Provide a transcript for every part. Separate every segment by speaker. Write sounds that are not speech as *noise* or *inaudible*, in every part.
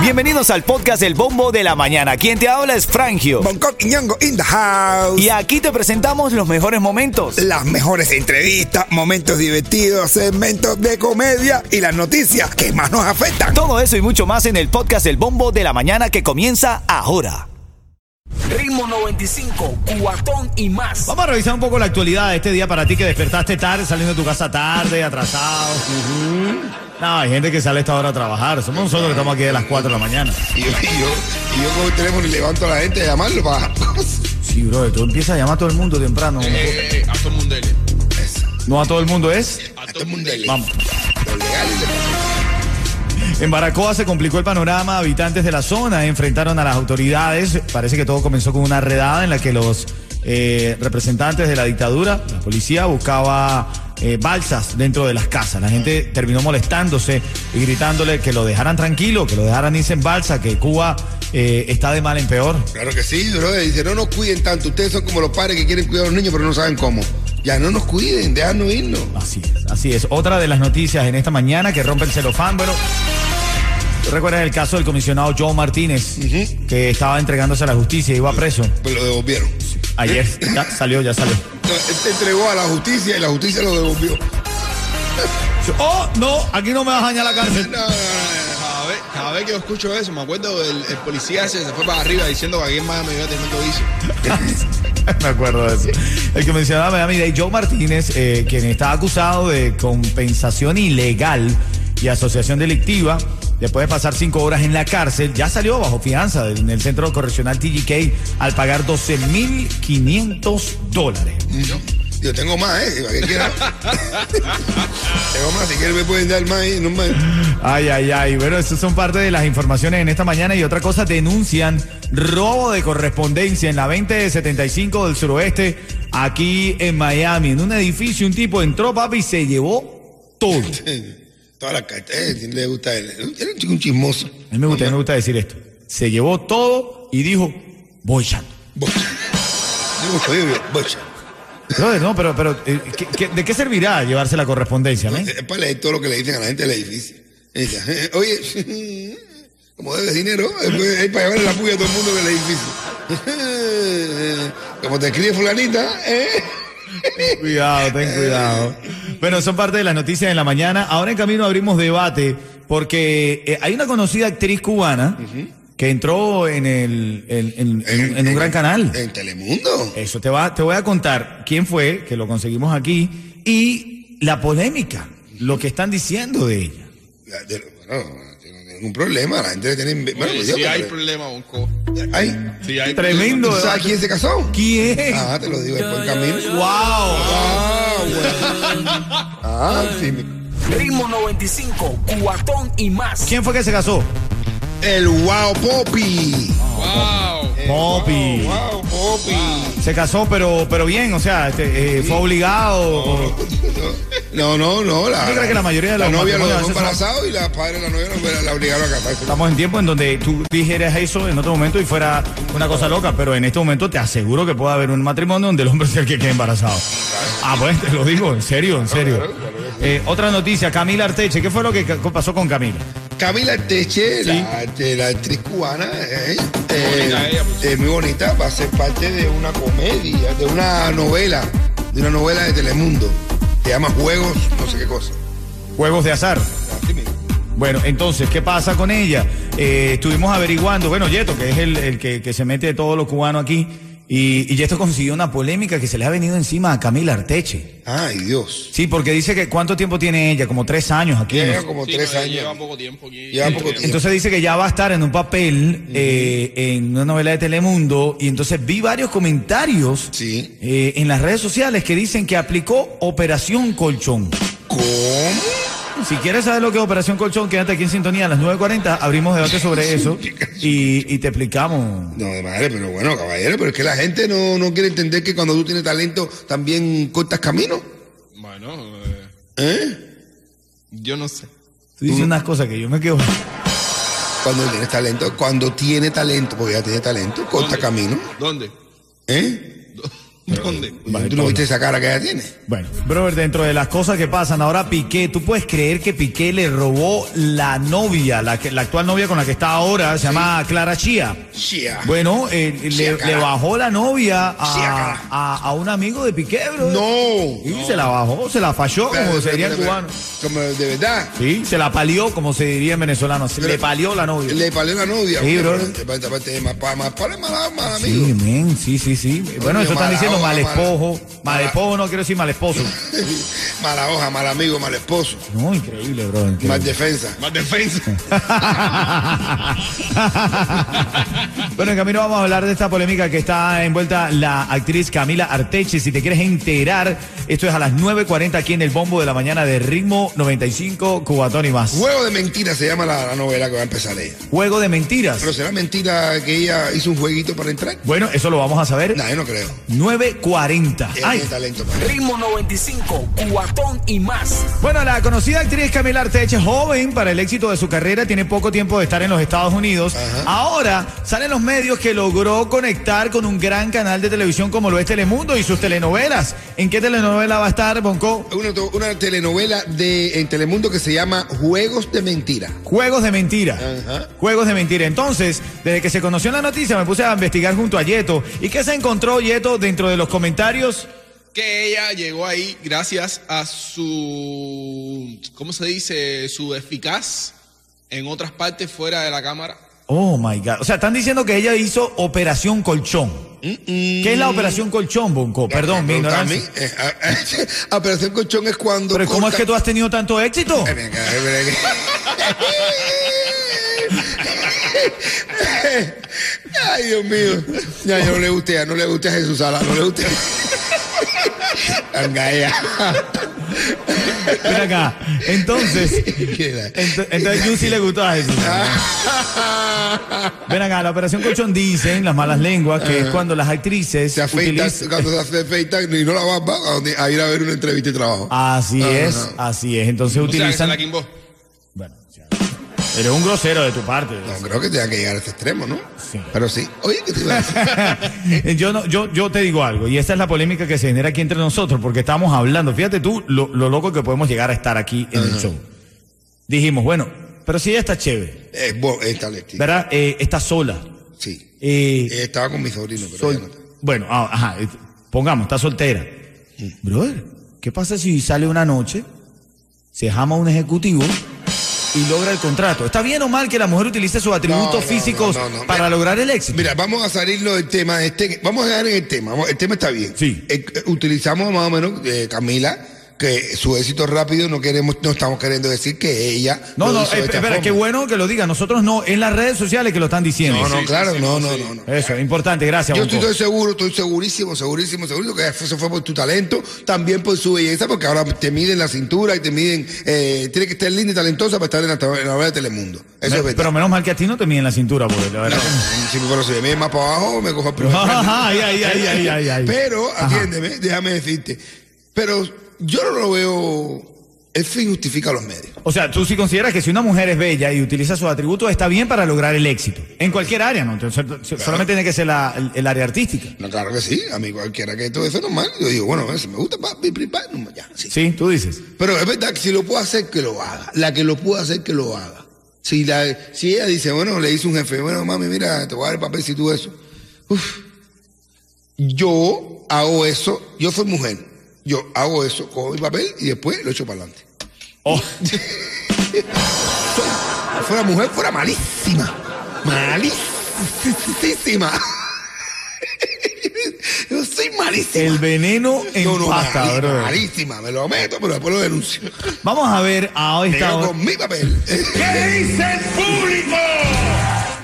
Speaker 1: Bienvenidos al podcast El Bombo de la Mañana. Quien te habla es Frangio.
Speaker 2: Bangkok y Ñongo in the house.
Speaker 1: Y aquí te presentamos los mejores momentos.
Speaker 2: Las mejores entrevistas, momentos divertidos, segmentos de comedia y las noticias que más nos afectan.
Speaker 1: Todo eso y mucho más en el podcast El Bombo de la Mañana que comienza ahora.
Speaker 3: Ritmo 95, cuatón y más.
Speaker 1: Vamos a revisar un poco la actualidad de este día para ti que despertaste tarde, saliendo de tu casa tarde, atrasado. No, hay gente que sale a esta hora a trabajar. Somos nosotros que estamos aquí de las 4 de la mañana.
Speaker 2: Y yo, y yo, y yo cojo el teléfono y levanto a la gente a llamarlo para.
Speaker 1: Sí, bro, tú empiezas a llamar a todo el mundo temprano.
Speaker 4: Eh, a todo el mundo, dele.
Speaker 1: No a todo el mundo es.
Speaker 4: a todo el mundo. dele.
Speaker 1: Vamos.
Speaker 2: Lo legal y lo-
Speaker 1: En Baracoa se complicó el panorama. Habitantes de la zona enfrentaron a las autoridades. Parece que todo comenzó con una redada en la que los eh, representantes de la dictadura, la policía, buscaba eh, balsas dentro de las casas. La gente terminó molestándose y gritándole que lo dejaran tranquilo, que lo dejaran irse en balsa, que Cuba eh, está de mal en peor.
Speaker 2: Claro que sí, brother. Dice, no nos cuiden tanto. Ustedes son como los padres que quieren cuidar a los niños, pero no saben cómo. Ya no nos cuiden, déjanos irnos.
Speaker 1: Así es, así es. Otra de las noticias en esta mañana que rompe el celofán, bueno. ¿tú ¿Recuerdas el caso del comisionado Joe Martínez, que estaba entregándose a la justicia y iba preso?
Speaker 2: Pues lo devolvieron.
Speaker 1: Ayer ya salió, ya salió.
Speaker 2: No, Él se entregó a la justicia y la justicia lo devolvió.
Speaker 1: Oh, no, aquí no me vas a dañar la cárcel.
Speaker 4: No, no, no, no, Cada vez, cada vez que yo escucho eso, me acuerdo del el policía ese que se fue para arriba diciendo que aquí en Miami yo te meto vicio.
Speaker 1: *laughs* me acuerdo de eso. El que mencionaba Miami Dade, Joe Martínez, eh, quien está acusado de compensación ilegal y asociación delictiva, después de pasar cinco horas en la cárcel, ya salió bajo fianza del- en el centro correccional TGK al pagar 12.500 dólares.
Speaker 2: Yo, yo tengo más, ¿eh? ¿Para qué
Speaker 4: *laughs*
Speaker 2: quieras? tengo más, si quieren me pueden dar más ahí, no más.
Speaker 1: Ay, ay, ay. Bueno, esas son parte de las informaciones en esta mañana y otra cosa, denuncian robo de correspondencia en la 2075 del suroeste, aquí en Miami. En un edificio, un tipo entró, papi, y se llevó todo.
Speaker 2: Todas las carteras, eh, le gusta él. Era un chico un chismoso.
Speaker 1: A mí me gusta, a mí me gusta decir esto. Se llevó todo y dijo, voy echando.
Speaker 2: Bocha. Digo, oye, bocha.
Speaker 1: Brother, no, pero, pero, eh, ¿qué- qué- ¿de qué servirá llevarse la correspondencia, men?
Speaker 2: Es para leer todo lo que le dicen a la gente del edificio. Ella, *laughs* eh, Oye, *laughs* como debes dinero, eh, es para llevarle la puya a todo el mundo del edificio. *laughs* Como te escribe fulanita, eh.
Speaker 1: Cuidado, ten cuidado. Bueno, son parte de las noticias de la mañana. Ahora en camino abrimos debate porque eh, hay una conocida actriz cubana que entró en, el, en, en- en un- en un gran canal.
Speaker 2: En Telemundo.
Speaker 1: Eso te, va, te voy a contar quién fue, que lo conseguimos aquí, y la polémica, lo que están diciendo de ella.
Speaker 2: La- de- Bueno, no tengo ningún problema, la gente le tiene. Bueno,
Speaker 4: Oye,
Speaker 2: pues yo,
Speaker 4: si hay
Speaker 2: pero-
Speaker 4: problema, Bonco.
Speaker 2: Ay,
Speaker 4: Si hay
Speaker 1: Tremendo.
Speaker 2: ¿tú sabes quién se casó?
Speaker 1: ¿Quién?
Speaker 2: Ah, te lo digo, después en camino.
Speaker 1: ¡Wow!
Speaker 2: Ah, bueno. Ah, sí. mi-
Speaker 3: Ritmo 95, cuatón y más.
Speaker 1: ¿Quién fue que se casó?
Speaker 2: El Wow Poppy.
Speaker 4: problema. Wow.
Speaker 1: Poppy.
Speaker 2: Wow Poppy.
Speaker 1: Se casó, pero, pero bien, o sea, este, eh, fue obligado. o-
Speaker 2: No, no, no. La,
Speaker 1: ¿Tú crees que la mayoría de
Speaker 2: la
Speaker 1: los
Speaker 2: novia lo
Speaker 1: matrimonios
Speaker 2: dejó
Speaker 1: a veces
Speaker 2: embarazado y la padre de la novia lo- la obligaron a casarse?
Speaker 1: Estamos en tiempo en donde tú dijeras eso en otro momento y fuera una cosa loca, pero en este momento te aseguro que puede haber un matrimonio donde el hombre sea el que quede embarazado. Ah, pues te lo digo, en serio, en serio. Eh, otra noticia, Camila Arteche, ¿qué fue lo que ca- pasó con Camila?
Speaker 2: Camila Teche, la, de la actriz cubana, eh, eh,
Speaker 4: bonita ella, pues.
Speaker 2: eh, muy bonita, va a ser parte de una comedia, de una novela, de una novela de Telemundo. Se llama Juegos, no sé qué cosa.
Speaker 1: Juegos de azar.
Speaker 2: Así mismo.
Speaker 1: Bueno, entonces, ¿qué pasa con ella? Eh, estuvimos averiguando, bueno, Yeto, que es el, el que, que se mete de todos los cubanos aquí, y, y Yeto consiguió una polémica que se le ha venido encima a Camila Arteche.
Speaker 2: Ay, Dios.
Speaker 1: Sí, porque dice que cuánto tiempo tiene ella, como tres años aquí. no
Speaker 2: Lleva
Speaker 1: sé.
Speaker 2: como
Speaker 4: Sí,
Speaker 2: tres
Speaker 4: no,
Speaker 2: años.
Speaker 4: Lleva poco tiempo aquí. Eh,
Speaker 2: Lleva poco tiempo.
Speaker 1: Entonces dice que ya va a estar en un papel eh, en una novela de Telemundo y entonces vi varios comentarios
Speaker 2: Sí.
Speaker 1: eh, en las redes sociales que dicen que aplicó Operación Colchón.
Speaker 2: ¿Cómo?
Speaker 1: Si quieres saber lo que es Operación Colchón, quédate aquí en sintonía a las 9.40, abrimos debate
Speaker 2: *laughs*
Speaker 1: sobre eso y, y te explicamos.
Speaker 2: No, de madre, pero bueno, caballero, pero es que la gente no, no quiere entender que cuando tú tienes talento también cortas camino.
Speaker 4: Bueno, eh,
Speaker 2: ¿Eh?
Speaker 4: yo no sé.
Speaker 1: Tú dices unas cosas que yo me quedo.
Speaker 2: Cuando tienes talento, cuando tiene talento, porque ya tiene talento, corta
Speaker 4: ¿Dónde?
Speaker 2: camino.
Speaker 4: ¿Dónde?
Speaker 2: ¿Eh?
Speaker 4: ¿Dónde?
Speaker 1: Vale,
Speaker 2: ¿Tú no
Speaker 1: Pablo.
Speaker 2: viste esa cara que ella tiene?
Speaker 1: Bueno, brother, dentro de las cosas que pasan, ahora Piqué, ¿tú puedes creer que Piqué le robó la novia, la, que- la actual novia con la que está ahora, se llama Clara Chía?
Speaker 2: Chía.
Speaker 1: Bueno, eh,
Speaker 2: Chía,
Speaker 1: le, le
Speaker 2: cara.
Speaker 1: bajó la novia
Speaker 2: Chía,
Speaker 1: a,
Speaker 2: cara.
Speaker 1: a- a un amigo de Piqué, brother.
Speaker 2: No.
Speaker 1: Y se la bajó, se la falló, como sería en cubano.
Speaker 2: Como de verdad.
Speaker 1: Sí, se la palió, como se diría en venezolano. Se
Speaker 2: Pero-
Speaker 1: le palió la novia.
Speaker 2: Le palé la novia.
Speaker 1: Sí,
Speaker 2: Pero
Speaker 1: brother.
Speaker 2: esta parte- esta parte es más pa- más para mala, mal
Speaker 1: Sí,
Speaker 2: amigo. *laughs*
Speaker 1: men, sí, sí, sí. Bueno,
Speaker 2: Coño,
Speaker 1: eso están
Speaker 2: mala
Speaker 1: diciendo
Speaker 2: hoja,
Speaker 1: mal
Speaker 2: mala-
Speaker 1: espojo. Mal
Speaker 2: mala-
Speaker 1: espojo no quiero decir mal
Speaker 2: *laughs*
Speaker 1: esposo.
Speaker 2: Mala hoja, mal amigo, mal esposo.
Speaker 1: No, increíble, bro. increíble.
Speaker 2: Mal defensa.
Speaker 4: Más defensa.
Speaker 1: *laughs*
Speaker 2: *laughs*
Speaker 1: bueno, en camino vamos a hablar de esta polémica que está envuelta la actriz Camila Arteche. Si te quieres enterar, esto es a las 9.40 aquí en el Bombo de la Mañana de Ritmo 95, Cubatón y más.
Speaker 2: Juego de mentiras se llama la, la novela que va a empezar ella.
Speaker 1: Juego de mentiras.
Speaker 2: Pero será mentira que ella hizo un jueguito para entrar.
Speaker 1: Bueno, eso lo vamos a saber.
Speaker 2: No, yo no creo.
Speaker 1: 9.40.
Speaker 2: Ella
Speaker 1: Ay,
Speaker 2: tiene talento para eso.
Speaker 3: Ritmo 95, cuatón y más.
Speaker 1: Bueno, la conocida actriz Camila Arteche, joven para el éxito de su carrera, tiene poco tiempo de estar en los Estados Unidos. Ahora salen los medios que logró conectar con un gran canal de televisión como lo es Telemundo y sus telenovelas. ¿En qué telenovela va a estar, Bonco?
Speaker 2: Una, to- una telenovela de, en Telemundo que se llama Juegos de Mentira.
Speaker 1: Juegos de mentira.
Speaker 2: Ajá.
Speaker 1: Juegos de mentira. Entonces, desde que se conoció la noticia, me puse a investigar junto a Yeto. ¿Y qué se encontró Yeto dentro de los comentarios?
Speaker 4: que ella llegó ahí gracias a su, ¿cómo se dice? Su eficaz en otras partes fuera de la cámara.
Speaker 1: Oh my God. O sea, están diciendo que ella hizo Operación Colchón. ¿Qué es la Operación Colchón, Bonco? Perdón, mi
Speaker 2: Pero
Speaker 1: ignorancia.
Speaker 2: también, eh, a- *laughs* a- Operación Colchón es cuando.
Speaker 1: Pero ¿cómo es
Speaker 2: corta-
Speaker 1: que tú has tenido tanto éxito?
Speaker 2: Eh, venga, *laughs* eh, venga. Ay, Dios mío. Ya, ya no le guste, no le guste a Jesús Sala, no le guste. Venga, ya.
Speaker 1: Ven acá. Entonces, ent- entonces Juicy le gustó a Jesús. Ven acá, la operación colchón dicen las malas lenguas que es cuando las actrices
Speaker 2: se afeitan,
Speaker 1: utilizan-
Speaker 2: cuando se afeitan y no la barba, a, donde- a ir a ver una entrevista de trabajo.
Speaker 1: Así
Speaker 2: No, no,
Speaker 1: es,
Speaker 2: no.
Speaker 1: así es. Entonces
Speaker 4: O sea, que se
Speaker 1: utilizan.
Speaker 4: la quimbó.
Speaker 1: Bueno, o sea, eres un grosero de tu parte.
Speaker 2: No creo que tenga que llegar a ese extremo, ¿no?
Speaker 1: Sí.
Speaker 2: Pero sí. Oye, ¿qué te iba a
Speaker 1: *laughs*
Speaker 2: decir?
Speaker 1: yo, no, yo, yo te digo algo, y esta es la polémica que se genera aquí entre nosotros, porque estamos hablando, fíjate tú lo, lo loco que podemos llegar a estar aquí en el show. Dijimos, bueno, pero si ella está chévere,
Speaker 2: Eh, bo- esta Leti.
Speaker 1: ¿verdad? Eh, está sola.
Speaker 2: Sí.
Speaker 1: Eh,
Speaker 2: Eh, estaba con mi sobrino, pero
Speaker 1: Sol-
Speaker 2: ya no está.
Speaker 1: Bueno, ah, ajá, eh, pongamos, está soltera.
Speaker 2: Mm.
Speaker 1: Brother, ¿qué pasa si sale una noche, se jama un ejecutivo y logra el contrato? ¿Está bien o mal que la mujer utilice sus atributos
Speaker 2: no,
Speaker 1: físicos
Speaker 2: no, no, no.
Speaker 1: para
Speaker 2: Mira,
Speaker 1: lograr el éxito?
Speaker 2: Mira, vamos a salirlo del tema. Este, vamos a quedar en el tema. vamos- El tema está bien.
Speaker 1: Sí.
Speaker 2: Eh, eh, utilizamos más o menos, eh, Camila, que su éxito rápido no queremos, no estamos queriendo decir que ella.
Speaker 1: no,
Speaker 2: lo
Speaker 1: no,
Speaker 2: hizo de
Speaker 1: eh,
Speaker 2: esta
Speaker 1: espera,
Speaker 2: forma.
Speaker 1: qué bueno que lo diga. Nosotros no, en las redes sociales que lo están diciendo.
Speaker 2: No, no,
Speaker 4: sí,
Speaker 2: claro,
Speaker 4: sí,
Speaker 2: no,
Speaker 4: sí,
Speaker 2: no,
Speaker 4: sí.
Speaker 2: no, no.
Speaker 1: Eso, importante, gracias.
Speaker 2: Yo
Speaker 1: Bonco.
Speaker 2: estoy, estoy seguro, estoy segurísimo, segurísimo, seguro que eso fue por tu talento, también por su belleza, porque ahora te miden la cintura y te miden, eh, tiene que estar linda y talentosa para estar en la, tabla- en la hora de Telemundo. Eso
Speaker 1: Me-
Speaker 2: es verdad.
Speaker 1: Pero menos mal que a ti no te miden la cintura, porque la verdad.
Speaker 2: si me conoces bien más para abajo, me cojo el primer
Speaker 1: Ajá,
Speaker 2: premio.
Speaker 1: *laughs* ay, ay, ay, ay, ay, ay.
Speaker 2: Pero,
Speaker 1: Ajá.
Speaker 2: atiéndeme, déjame decirte. Pero yo no lo veo. El fin justifica los medios.
Speaker 1: O sea, tú sí consideras que si una mujer es bella y utiliza sus atributos, está bien para lograr el éxito. En cualquier área, ¿no? Entonces, so- solamente tiene que ser la- el, el área artística.
Speaker 2: No, claro que sí, a mí cualquiera que todo eso es normal. Yo digo, bueno, si me gusta, pa, pi, pi, pa, no, ya, sí.
Speaker 1: Sí, tú dices.
Speaker 2: Pero es verdad que si lo puedo hacer, que lo haga. La que lo puedo hacer, que lo haga. Si, la, si ella dice, bueno, le dice un jefe, bueno, mami, mira, te voy a dar el papel si tú eso. Uf. Yo hago eso, yo soy mujer. Yo hago eso, cojo mi papel y después lo echo para adelante. *laughs*
Speaker 1: Oh,
Speaker 2: Fuera mujer, fuera malísima. Malísima. *laughs* Yo soy malísima.
Speaker 1: el veneno
Speaker 2: No, no,
Speaker 1: empata,
Speaker 2: mali-
Speaker 1: bro.
Speaker 2: malísima. Me lo meto, pero después lo denuncio.
Speaker 1: Vamos a ver a
Speaker 2: Me
Speaker 1: esta
Speaker 2: quedo
Speaker 1: hora.
Speaker 2: con mi papel. *laughs*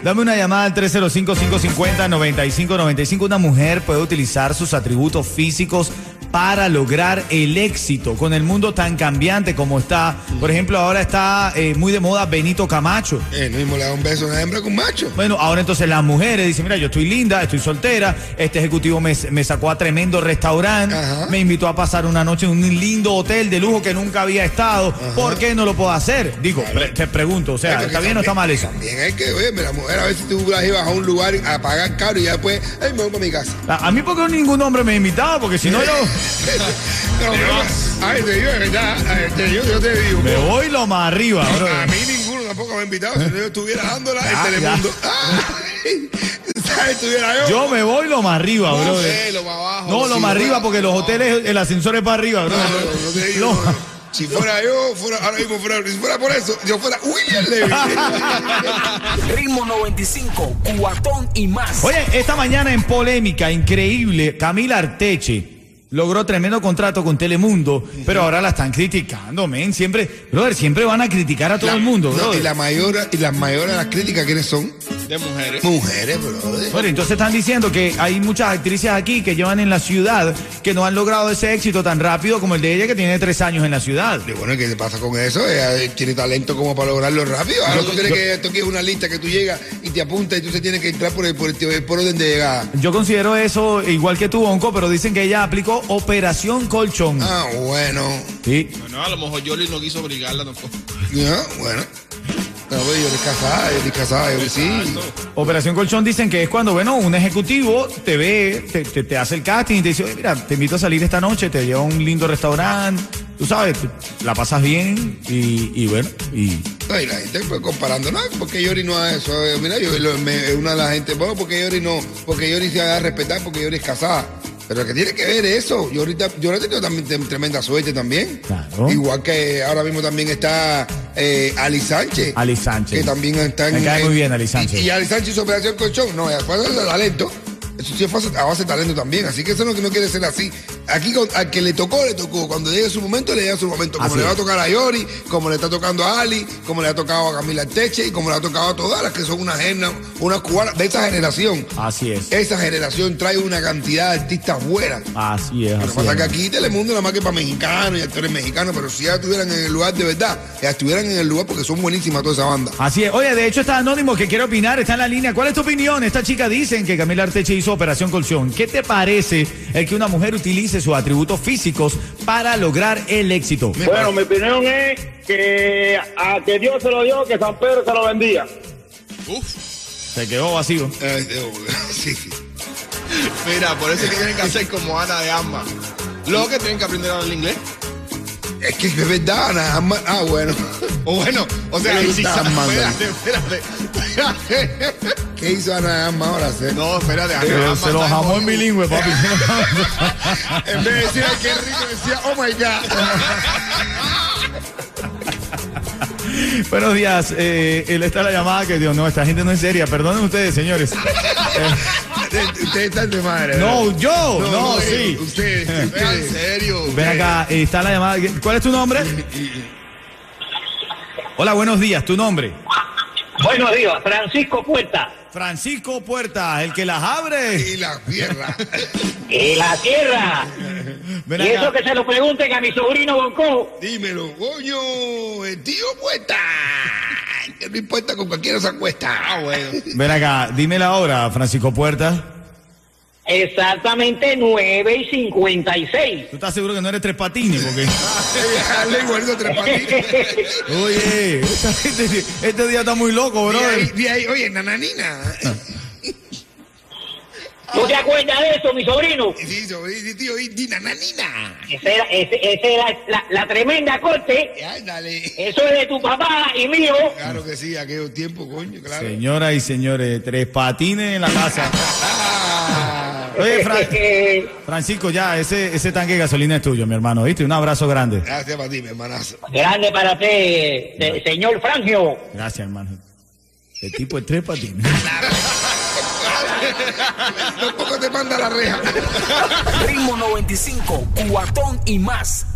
Speaker 1: Dame una llamada al 305-550-9595. Una mujer puede utilizar sus atributos físicos para lograr el éxito con el mundo tan cambiante como está. Por ejemplo, ahora está eh, muy de moda Benito Camacho.
Speaker 2: Eh, no mismo le da un beso a una hembra con macho.
Speaker 1: Bueno, ahora entonces las mujeres dicen, mira, yo estoy linda, estoy soltera, este ejecutivo me, me sacó a tremendo restaurante,
Speaker 2: Ajá.
Speaker 1: me invitó a pasar una noche en un lindo hotel de lujo que nunca había estado, ¿por qué no lo puedo hacer? Digo, pre- te pregunto, o sea,
Speaker 2: Porque
Speaker 1: ¿está bien o está mal eso?
Speaker 2: también- También hay que, oye, la mujer a veces tú la llevas a un lugar a pagar caro y ya después, ay, me voy para mi casa. *laughs*
Speaker 1: A, a mí porque ningún hombre me invitaba, porque si no yo
Speaker 2: No, pero- ay, te digo de verdad, ay, te digo, yo te digo.
Speaker 1: me voy lo más arriba. bro.
Speaker 2: *laughs* A mí ninguno tampoco me ha invitado, si no yo estuviera dándola
Speaker 1: Ya,
Speaker 2: en Telemundo. *laughs* Ay, *laughs* ¿Sabes? Estuviera yo.
Speaker 1: Yo me voy lo más arriba,
Speaker 4: No
Speaker 1: bro.
Speaker 4: sé, lo más abajo.
Speaker 1: No, lo
Speaker 4: Sí,
Speaker 1: más arriba
Speaker 4: bueno,
Speaker 1: porque los
Speaker 4: no.
Speaker 1: hoteles, el ascensor es para arriba, bro.
Speaker 2: No, no, no, no te digo,
Speaker 1: No.
Speaker 2: Si fuera yo, fuera, ahora mismo fuera, si fuera por eso, yo fuera William Levy.
Speaker 3: Ritmo 95, cuatón y más.
Speaker 1: Oye, esta mañana en polémica increíble, Camila Arteche logró tremendo contrato con Telemundo, pero ahora la están criticando, men. Siempre, brother, siempre van a criticar a *laughs* todo
Speaker 2: La-
Speaker 1: el mundo,
Speaker 2: no,
Speaker 1: brother.
Speaker 2: y la mayor, y las mayores de las críticas, ¿quiénes son?
Speaker 4: de mujeres.
Speaker 2: Mujeres, brother.
Speaker 1: Bueno, entonces están diciendo que hay muchas actrices aquí que llevan en la ciudad que no han logrado ese éxito tan rápido como el de ella que tiene tres años en la ciudad.
Speaker 2: Y bueno, ¿qué le pasa con eso? Ella eh, tiene talento como para lograrlo rápido. Ahora tú tienes que toques una lista que tú llegas y te apuntas y tú se tienes que entrar por, el, por, el- por orden de llegada.
Speaker 1: Yo considero eso igual que tu onco, pero dicen que ella aplicó operación colchón.
Speaker 2: Ah, bueno.
Speaker 1: Sí.
Speaker 4: Bueno, a lo mejor Yoli no quiso obligarla tampoco.
Speaker 2: Ya, bueno. No, pero yo estoy casada, yo estoy casada, yo sí.
Speaker 4: Ah,
Speaker 1: Operación Colchón dicen que es cuando, bueno, un ejecutivo te ve, te, te- te hace el casting y te dice, "Oye, mira, te invito a salir esta noche, te lleva a un lindo restaurante, tú sabes, te- la pasas bien y, y bueno, y...
Speaker 2: No, y la gente pues, comparando, no, porque Yori no hace eso. Eh, Mira, yo lo- me- una de la gente, bueno, porque Yori no, porque Yori se va a respetar, porque Yori es casada. Pero que tiene que ver eso. Yo ahorita, yo ahora he tenido también tem- tremenda suerte también.
Speaker 1: Claro.
Speaker 2: Igual que ahora mismo también está eh, Ali Sánchez.
Speaker 1: Ali Sánchez.
Speaker 2: Que también está en.
Speaker 1: Me cae
Speaker 2: en-
Speaker 1: muy bien Ali Sánchez.
Speaker 2: Y, y Ali Sánchez hizo operación colchón. No, fue de talento. Eso sí fue a base de talento también. Así que eso no, no quiere ser así. Aquí con- al que le tocó, le tocó. Cuando llegue su momento, le llega su momento. Como
Speaker 1: Así
Speaker 2: le va
Speaker 1: es.
Speaker 2: a tocar a Yori, como le está tocando a Ali, como le ha tocado a Camila Teche y como le ha tocado a todas las que son una agenda, una cubana de esa generación.
Speaker 1: Así es.
Speaker 2: Esa generación trae una cantidad de artistas buenas.
Speaker 1: Así es.
Speaker 2: Lo
Speaker 1: Así
Speaker 2: que pasa es que
Speaker 1: es.
Speaker 2: aquí Telemundo nada más que para mexicanos y actores mexicanos, pero si ya estuvieran en el lugar de verdad, ya estuvieran en el lugar porque son buenísimas toda esa banda.
Speaker 1: Así es. Oye, de hecho está Anónimo que quiere opinar, está en la línea. ¿Cuál es tu opinión? Esta chica dicen que Camila Arteche hizo Operación Colchón. ¿Qué te parece el que una mujer utilice sus atributos físicos para lograr el éxito?
Speaker 5: Bueno, mi opinión es que a que Dios se lo dio, que San Pedro se lo bendiga.
Speaker 4: Uf,
Speaker 1: Se quedó vacío.
Speaker 2: Eh, eh, *laughs* sí, sí.
Speaker 4: mira, por eso es que tienen que hacer como Ana de Armas. Lo que tienen que aprender a hablar inglés.
Speaker 2: Es que es verdad, nada más- Ah, *laughs* bueno.
Speaker 4: O bueno, o sea,
Speaker 2: Me
Speaker 4: y si
Speaker 2: gusta
Speaker 4: sa-
Speaker 2: Amanda.
Speaker 4: espérate, *laughs* espérate, espérate. *laughs*
Speaker 2: ¿Qué hizo Ana Arma ahora? Se-
Speaker 4: No, espérate, Ana de
Speaker 1: Se,
Speaker 4: Armas
Speaker 1: se lo
Speaker 4: está
Speaker 1: jamó en
Speaker 4: Hollywood.
Speaker 1: bilingüe, papi.
Speaker 2: En vez de decir, "Ay, qué rico, decía, oh my God.
Speaker 1: *laughs* Buenos días, eh, él está la llamada que Dios, no, esta gente no es seria, perdonen ustedes, *laughs* señores.
Speaker 2: *laughs* Ustedes están de madre. ¿verdad?
Speaker 1: No, yo, no,
Speaker 2: eh,
Speaker 1: sí. *laughs*
Speaker 2: Ustedes,
Speaker 4: Vea, En
Speaker 2: ustedes.
Speaker 4: serio.
Speaker 1: Ven acá, eh, está la llamada. ¿Cuál es tu nombre? Hola, buenos días, tu nombre.
Speaker 5: Buenos días, Francisco Puerta.
Speaker 1: Francisco Puerta, el que las abre.
Speaker 2: Y la tierra.
Speaker 5: Y la tierra.
Speaker 1: Ven
Speaker 5: y eso
Speaker 1: acá.
Speaker 5: que se lo pregunten a mi sobrino Bonco.
Speaker 2: Dímelo, coño. El tío puesta. Que no importa con cualquiera se acuesta.
Speaker 4: Ah,
Speaker 2: *laughs*
Speaker 4: bueno.
Speaker 1: Ven acá, dime la hora, Francisco Puerta.
Speaker 5: Exactamente 9 y 56.
Speaker 1: ¿Tú estás seguro que no eres tres patines? Porque.
Speaker 2: Le guardo tres
Speaker 1: *laughs*
Speaker 2: patitas.
Speaker 1: Oye, esta gente- este día está muy loco,
Speaker 2: Di ahí,
Speaker 1: brother.
Speaker 2: di ahí, oye, nananina.
Speaker 5: ¿Tú te acuerdas de eso, mi sobrino?
Speaker 2: Y Sí, yo, y- y tío, y di nananina.
Speaker 5: Esa era, ese- esa era la, la tremenda corte.
Speaker 2: Y Ay, dale.
Speaker 5: Eso es de tu papá y mío.
Speaker 2: Claro que sí, aquellos tiempos, coño, claro.
Speaker 1: Señoras y señores, tres patines en la casa.
Speaker 2: Ah,
Speaker 5: *laughs*
Speaker 1: Oye, Fran-
Speaker 5: Eh,
Speaker 1: Francisco, ya, ese, ese tanque de gasolina es tuyo, mi hermano, ¿viste? Un abrazo grande.
Speaker 2: gracias para ti, mi hermanazo.
Speaker 5: grande para ti, eh, señor Frangio.
Speaker 1: Gracias, hermano. El tipo es tres patines.
Speaker 2: Tampoco te manda la reja.
Speaker 3: Ritmo 95, cuatón y más.